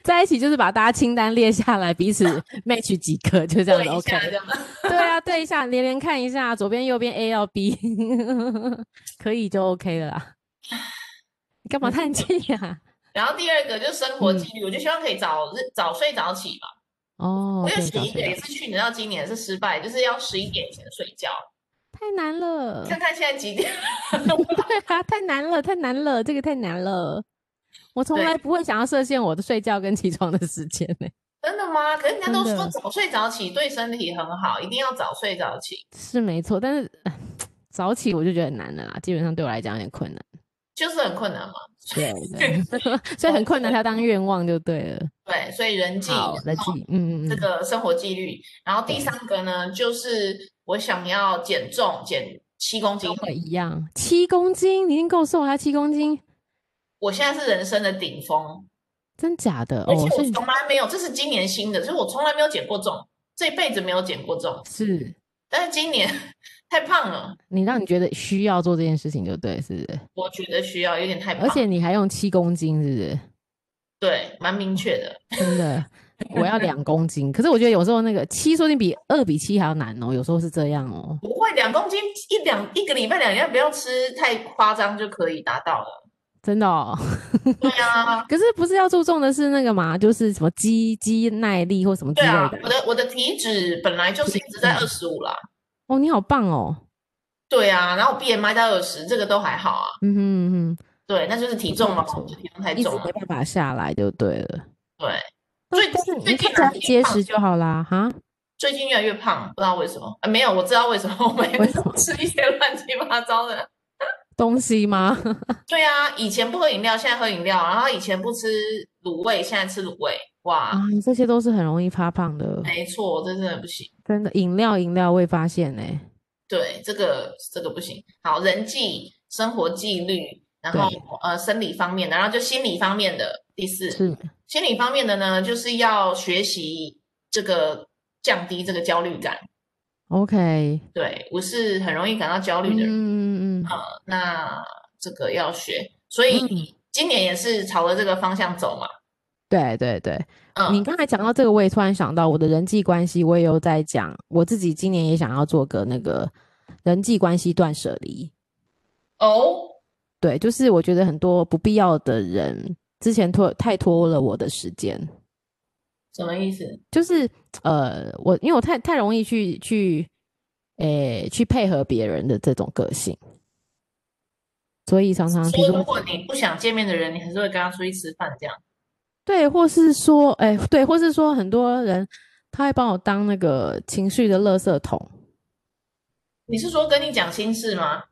在一起就是把大家清单列下来，彼此 match 几个，就这样子对一 OK 下。这样， 对啊，对一下，连连看一下，左边右边 A 到 B，可以就 OK 了啦。你干嘛叹气呀、然后第二个就是生活嗯纪律，我就希望可以早日早睡早起 嘛，哦，我有对写早一个睡也早是去年到今年是失败，就是要十一点以前睡觉，太难了，看看现在几点， 对啊，太难了，太难了，这个太难了。我从对来不会想要设限我的睡觉跟起床的时间呢、真的吗？可是人家都真说的早睡早起对身体很好，一定要早睡早起。是没错， 但是唉早起我就觉得很难了啦，基本上对我来讲有点困难。就是很困难嘛，对，对 所以很困难，他当愿望就对了。对，所以人际好，来记，嗯嗯这嗯，个生活纪律。然后第三个呢，就是我想要减重，减七公斤跟。我一样，七公斤，你已经够瘦了，还七公斤，我现在是人生的顶峰，真假的？而哦且，我所以从来没有，这是今年新的，就是我从来没有减过重，这辈子没有减过重。是但是今年 太胖了，你让你觉得需要做这件事情就对，是不是？我觉得需要有点太胖，而且你还用七公斤，是不是？对，蛮明确的。真的，我要两公斤。可是我觉得有时候那个七，说不定比二比七还要难哦。有时候是这样哦。不会两公斤，一两一个礼拜两天不要吃太夸张就可以达到了。真的哦，对啊，可是不是要注重的是那个嘛，就是什么肌肌耐力或什么之对类的、嗯啊，我的我的体脂本来就是一直在二十五啦。哦。你好棒哦，对啊，然后 BMI 在二十，这个都还好啊。嗯哼嗯对，那就是体重嘛，不错不错体重太嗯哼，一直重了没。办法下来就对了。对，但最但是你最近看起来很哪里结胖实就好啦，哈。最近越来越胖，不知道为什么。啊，没有，我知道为什么，我每为天什都么吃一些乱七八糟的。东西吗？对啊，以前不喝饮料，现在喝饮料；然后以前不吃卤味，现在吃卤味。哇，啊，这些都是很容易发胖的，没错，这真的不行。真的。饮料饮料未发现欸呢、对，这个这个不行。好，人际、生活纪律，然后对呃生理方面的，然后就心理方面的。第四，是心理方面的呢，就是要学习这个降低这个焦虑感。 OK，对我是很容易感到焦虑嗯的人，嗯嗯嗯，那这个要学。所以今年也是朝着这个方向走嘛。对对对。你嗯，刚才讲到这个，我也突然想到，我的人际关系，我也有在讲，我自己今年也想要做个那个人际关系断舍离。哦，对，就是我觉得很多不必要的人，之前拖太拖了我的时间，什么意思？就是呃，我因为我太太容易去去，诶、去配合别人的这种个性，所以常常比说如嗯说如果你不想见面的人，你还是会跟他出去吃饭这样。对，或是说，哎、对，或是说，很多人他会帮我当那个情绪的垃圾桶。你是说跟你讲心 事吗？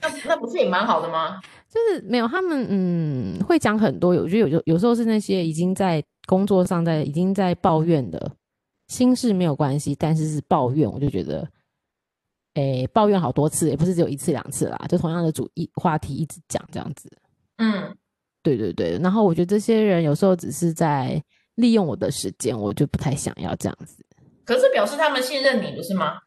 那那不是也蛮好的吗？就是没有他们，嗯，会讲很多。有就有有有时候是那些已经在工作上在已经在抱怨的心事没有关系，但是是抱怨，我就觉得，诶、抱怨好多次，也不是只有一次两次啦，就同样的主一话题一直讲这样子。嗯，对对对，然后我觉得这些人有时候只是在利用我的时间，我就不太想要这样子。可是表示他们信任你，不是吗？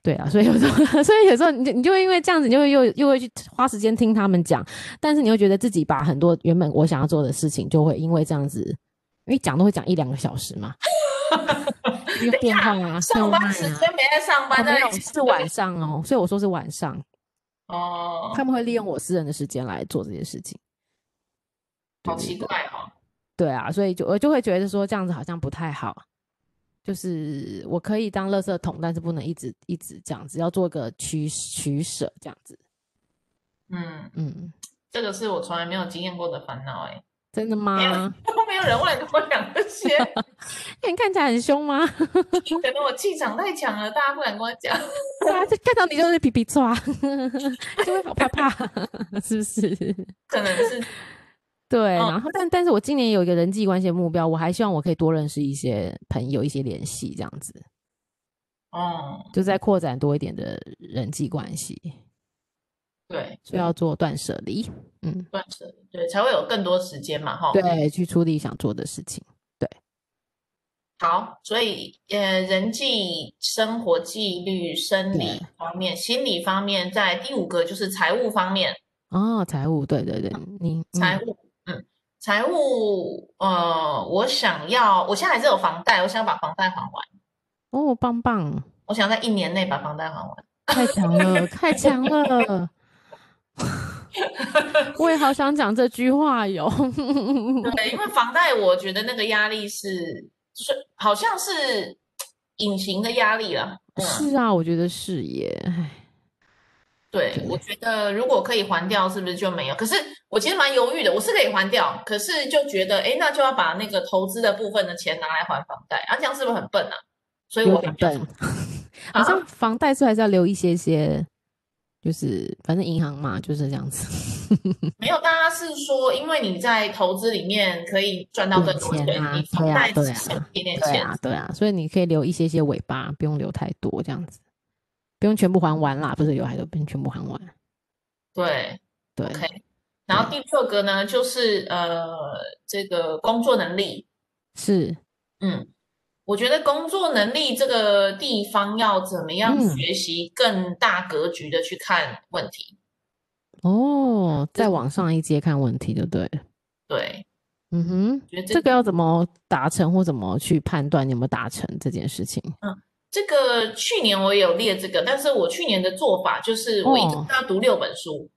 对啊，所以有时候， 所以有时候你就你就会因为这样子，你就会又又会去花时间听他们讲，但是你会觉得自己把很多原本我想要做的事情，就会因为这样子，因为讲都会讲一两个小时 嘛，因为电话啊，上班时电话间没在上啊，班，哦没有那你是晚上哦，所以我说是晚上，哦，他们会利用我私人的时间来做这些事情。好奇怪哦。对啊，所以就我就会觉得说这样子好像不太好，就是我可以当垃圾桶，但是不能一直一直这样子，要做个取取舍这样子，嗯，嗯。这个是我从来没有经验过的烦恼哎，真的吗？ 哎都没有人会来跟我讲这些，你看起来很凶吗？ 可能我气场太强了，大家不敢跟我讲。 对啊，就看到你就是皮皮抓， 就会好怕 怕，是不是？可能是对，嗯然后但但是我今年有一个人际关系的目标，我还希望我可以多认识一些朋友，一些联系，这样子，哦，就在扩展多一点的人际关系，对，所以要做断舍离，嗯，断舍离，对，才会有更多时间嘛，哈。对，去处理想做的事情，好，所以呃，人际、生活纪律、生理对方面、心理方面，在第五个就是财务方面，哦，财务，对对对，你啊财务，嗯，财务，呃，我想要，我现在还是有房贷，我想把房贷还完，嗯、哦，棒棒，我想在一年内把房贷还完。 太 强了，太强了！我也好想讲这句话 哟。对，因为房贷，我觉得那个压力是，是好像是隐形的压力啦。嗯，是啊，我觉得是耶。唉对，我觉得如果可以还掉，是不是就没有？可是我其实蛮犹豫的，我是可以还掉，可是就觉得，哎，那就要把那个投资的部分的钱拿来还房贷，啊，这样是不是很笨啊？所以有我点还没有笨， 好啊像房贷是还是要留一些些，就是反正银行嘛，就是这样子。没有，大家是说，因为你在投资里面可以赚到更多钱啊你对口啊袋对啊只剩一点点对钱，啊，对啊，所以你可以留一些些尾巴，不用留太多，这样子，不用全部还完啦，不是留太多，不用全部还完。对对 OK 然后第六个呢，就是呃，这个工作能力，是，嗯，我觉得工作能力这个地方要怎么样嗯学习更大格局的去看问题，哦，再往上一阶看问题就对了。对，嗯哼，我觉得这个要怎么达成或怎么去判断你有没有达成这件事情？这个去年我也有列这个，但是我去年的做法就是我一个哦要读六本书，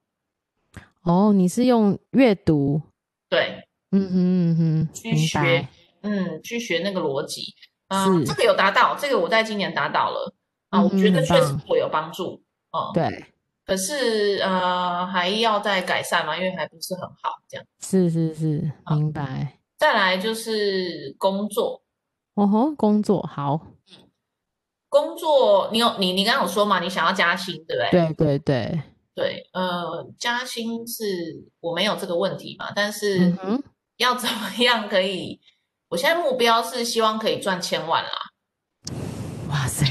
哦，你是用阅读，对，嗯哼嗯哼，去明学白，嗯，去学那个逻辑，嗯，这是个有达到，这个我在今年达到了啊，我觉嗯得很确实棒我有帮助，嗯，对，可是呃还要再改善嘛，因为还不是很好这样。是是是，好明白。再来就是工作，哦吼，工作好，工作你有你你刚刚有说嘛，你想要加薪，对不对？对对对，对，呃，加薪是我没有这个问题嘛，但是。嗯哼，要怎么 样可以？我现在目标是希望可以赚千万啦， 哇塞，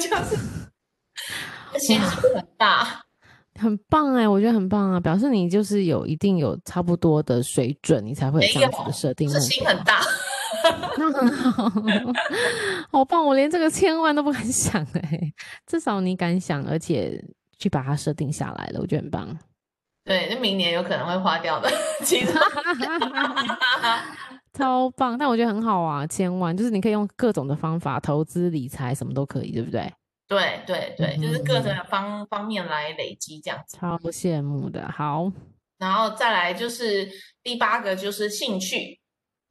就是薪水很大， 很棒哎，我觉得很棒啊，表示你就是有一定有差不多的水准，你才会有没这样子有的设定是目心标很大。 那很好， 好棒！我连这个千万都不敢想哎、至少你敢想，而且去把它设定下来了，我觉得很棒。 对，那明年有可能会花掉的。其实，超棒！但我觉得很好啊，千万就是你可以用各种的方法，投资理财什么都可以，对不对？对对对，就是各种嗯方方面来累积这样子。超羡慕的。好，然后再来就是第八个，就是兴趣。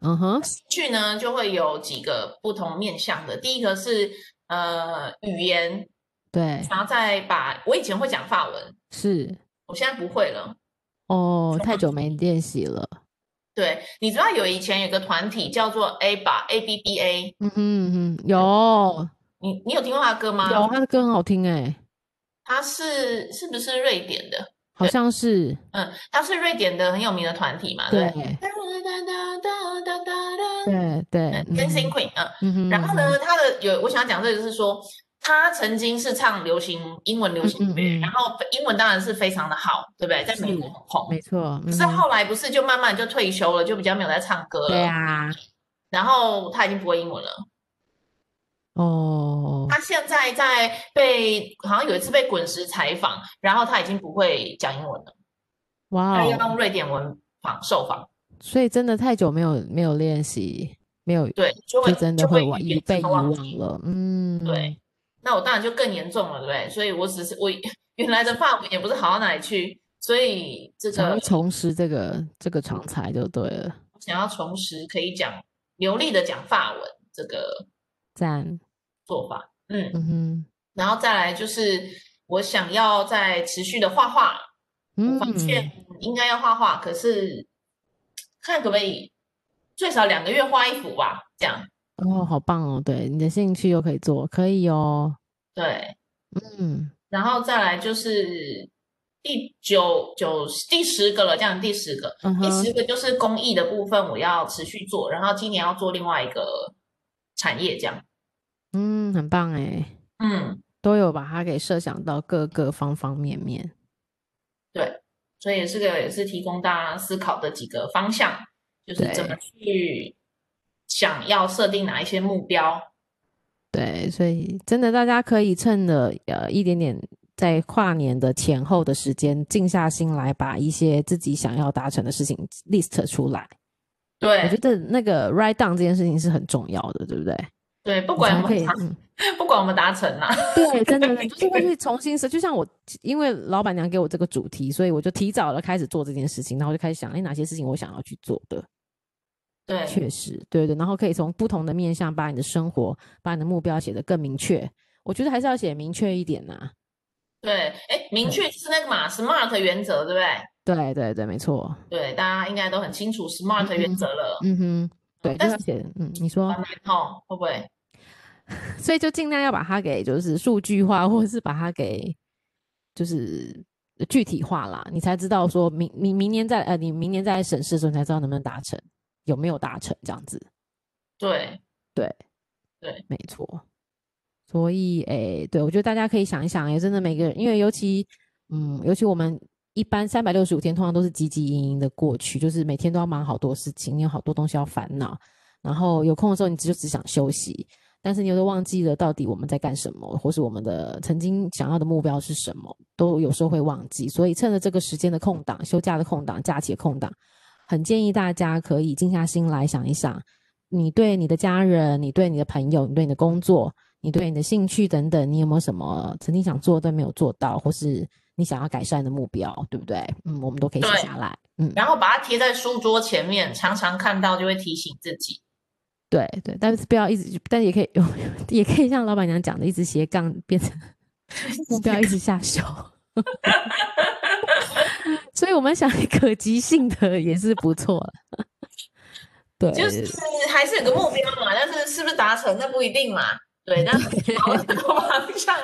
嗯哼，兴趣呢，就会有几个不同面向的。第一个是呃语言，对，然后再把我以前会讲法文，是我现在不会了。哦，太久没练习了。对，你知道有以前有个团体叫做 A 吧 A B B A，嗯哼嗯哼，有你你有啊听过他的歌吗？有，他的歌很好听哎、他是是不是瑞典的？好像是嗯，他是瑞典的很有名的团体嘛，对不对。哒哒哒哒哒哒哒对对嗯，嗯 Dancing 哼 Queen，嗯，嗯哼，然后嗯呢，他的有我想要讲这个就是说，他曾经是唱流行英文流行嗯乐，嗯嗯然后英文当然是非常的好，对不对？在美国是很哼，红，没错，可嗯哦是哼后来不是就慢慢就退休了，就比较没有在唱歌对了，啊，然后他已经不会英文了。哦，他现在在被好像有一次被滚石采访，然后他已经不会讲英文了，哇他要哦，用瑞典文访受访，所以真的太久没有没有练习，没有对，就会就真的就会会忘语遗言被上遗忘忘记。了，嗯，对，那我当然就更严重了，对不对？所以我只是我原来的法文也不是好到哪里去，所以这想要个重拾这个这个常才就对了，想要重拾可以讲流利的讲法文这个赞，做法，嗯，嗯哼，然后再来就是我想要再持续的画画，我发嗯现，应该要画画，可是看可不可以最少两个月画一幅吧，这样哦，好棒哦，对，你的兴趣又可以做，可以哦，对。嗯，然后再来就是第九九第十个了，这样第十个，嗯第哼，十个就是公益的部分，我要持续做，然后今年要做另外一个产业，这样，嗯，很棒哎，嗯，都有把它给设想到各个方方面面，对，所以这个也是提供大家思考的几个方向，就是怎么去想要设定哪一些目标，对，所以真的大家可以趁着呃一点点在跨年的前后的时间，静下心来，把一些自己想要达成的事情 list 出来。我对觉得那个 write down 这件事情是很重要的，对不对？对，不不管我可们以达，嗯，不管我们达成 啦、 对，真的就是会去重新设。就像我，因为老板娘给我这个主题，所以我就提早了开始做这件事情，然后我就开始想，哎，哪些事情我想要去做的。对，确实，对对，然后可以从不同的面向把你的生活、把你的目标写得更明确。我觉得还是要写明确一点呐、对，哎，明对确是那个嘛，SMART 原则，对不对？对对对，没错。对，大家应该都很清楚 SMART 嗯原嗯则了，嗯哼，对，就但要是写，嗯，你说还，蛮痛，会不会？所以就尽量要把它给就是数据化，或者是把它给就是具体化啦，你才知道说明明明年再呃，你明年再来审视的时候，你才知道能不能达成，有没有达成这样子。对，对，对，没错。所以，诶、对我觉得大家可以想一想，也真的每个人，因为尤其，嗯，尤其我们一般三百六十五天通常都是汲汲营营的过去，就是每天都要忙好多事情，你有好多东西要烦恼，然后有空的时候你只就只想休息，但是你又都忘记了到底我们在干什么，或是我们的曾经想要的目标是什么，都有时候会忘记。所以，趁着这个时间的空档、休假的空档、假期的空档，很建议大家可以静下心来想一想，你对你的家人、你对你的朋友、你对你的工作、你对你的兴趣等等，你有没有什么曾经想做但没有做到，或是你想要改善的目标，对不对？嗯，我们都可以写对下来。嗯，然后把它贴在书桌前面，常常看到就会提醒自己。对对，但是不要一直，但也可以， 也可以像老板娘讲的，一直斜杠变 成目标一直下修。 所以我们想可及性的也是不错了。 对，就是呃还是有个目标嘛，但是是不是达成那不一定嘛。 对，但是朝着这个方向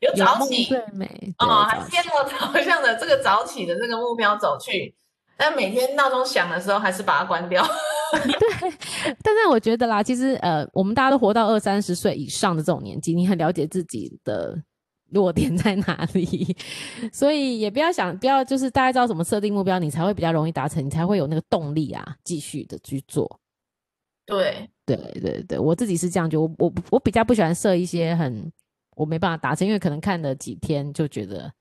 有有早梦起最美对哦，还早是起先朝朝向的这个早起的这个目标走去。但每天闹钟响的时候，还是把它关掉。 但是我觉得啦，其实呃，我们大家都活到二三十岁以上的这种年纪，你很了解自己的弱点在哪里， 所以也不要想，不要就是大家知道怎么设定目标，你才会比较容易达成，你才会有那个动力啊，继续的去做。对，对对对，我自己是这样觉得，我我我比较不喜欢设一些很我没办法达成，因为可能看了几天就觉得。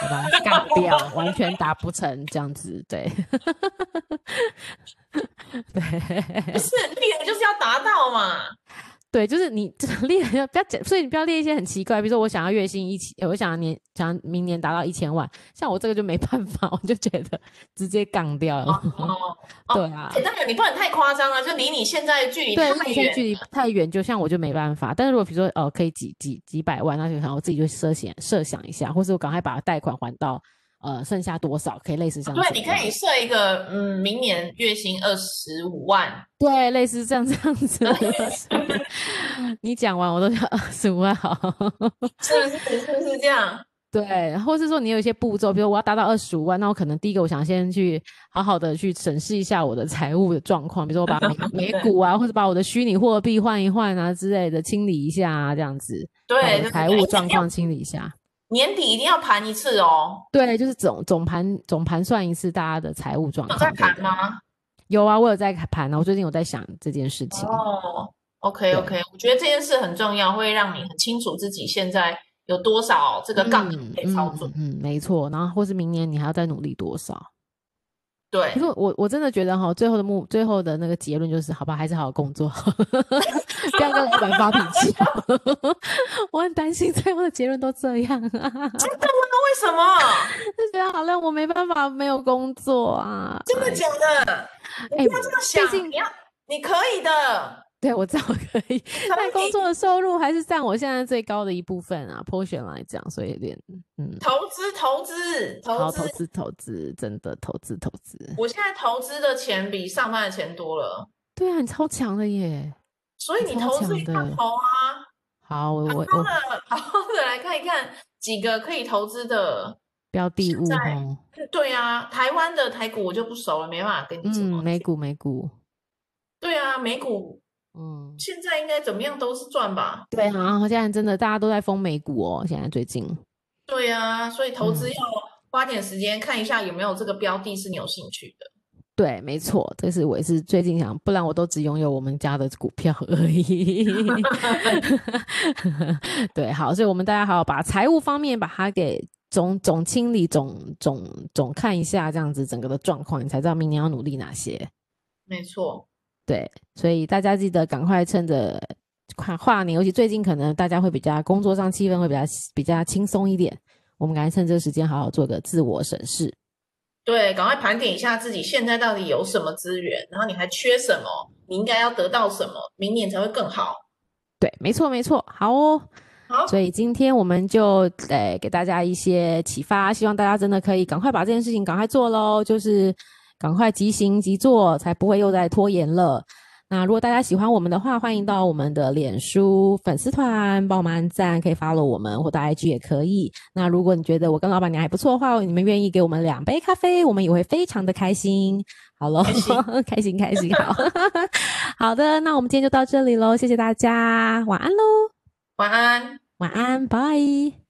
好吧，干掉， 完全达不成这样子，对，对，不是列了就是要达到嘛。对，就是你这列不要讲，所以你不要列一些很奇怪，比如说我想要月薪一千，呃我想要年想要明年达到一千万，像我这个就没办法，我就觉得直接杠掉了。哦，对啊，哎当然你不能太夸张啊了，就离你现在距离对，太那现在距远。离太远，就像我就没办法。但是如果比如说呃，可以几几几百万，那就可能我自己就设想设想一下，或是我赶快把贷款还到呃剩下多少，可以类似像对，这你可样以设一个，嗯，明年月薪二十五 万，对，类似这样这样子。 你讲完我都想二十五万好。是不是？是不是这样？对，然后是说你有一些步骤，比如我要达到二十五万，那我可能第一个我想先去好好的去审视一下我的财务的状况，比如说我把 美美股啊，或者把我的虚拟货币换一换啊之类的，清理一下啊，这样子，把我对，的对财对务哎状况清理一下。年底一定要盘一次哦。对，就是总总盘总盘算一次大家的财务状有况。在对盘的？吗？有啊，我有在盘啊，我最近有在想这件事情。哦，OK OK，我觉得这件事很重要，会让你很清楚自己现在有多少这个杠杆可以操作嗯。嗯嗯，没错。然后或是明年你还要再努力多少？对可，是我我真的觉得哈，最后的目最后的那个结论就是，好吧，还是好好工作， 不要跟老板发脾气。 我很担心最后的结论都这样啊， 为什么？就觉得好像我没办法没有工作啊。真的假的？哎你不要这么最近想，你要你可以的，对，我知道我可 以，但可工以作的收入还是占我现在最高的一部分啊，portion 来讲，所以有点嗯，投资投资投好资投。资投资，真的投资投资，我现在投资的钱比上班的钱多了，对啊，你超强的耶。所以你超投资强一的定要投啊。好，我我好我的，好的，来看一看几个可以投资的。标的物在哦，对啊，台湾的台股我就不熟了，没办法跟你嗯，说。美股美股，对啊，美股嗯。现在应该怎么样都是赚吧？对啊，现在真的大家都在疯美股哦，现在最近。对啊，所以投资嗯要花点时间看一下有没有这个标的是你有兴趣的。对，没错，这是我也是最近想，不然我都只拥有我们家的股票而已。 对，好，所以我们大家好好把财务方面把它给总总清理、总总总看一下，这样子整个的状况，你才知道明年要努力哪些。没错，对，所以大家记得赶快趁着跨跨年，尤其最近可能大家会比较工作上气氛会比较比较轻松一点，我们赶快趁这个时间好好做个自我审视。对，赶快盘点一下自己现在到底有什么资源，然后你还缺什么，你应该要得到什么，明年才会更好。对，没错，没错，好哦。 好，所以今天我们就呃给大家一些启发，希望大家真的可以赶快把这件事情赶快做喽，就是赶快即行即做，才不会又在拖延了。那如果大家喜欢我们的话，欢迎到我们的脸书粉丝团帮我们按赞，可以 follow 我们，或到 IG 也可以。那如果你觉得我跟老板娘还不错的话，你们愿意给我们两杯咖啡，我们也会非常的开心。好喽，开心开心，好好的，那我们今天就到这里喽，谢谢大家，晚安喽，晚安。晚安，拜。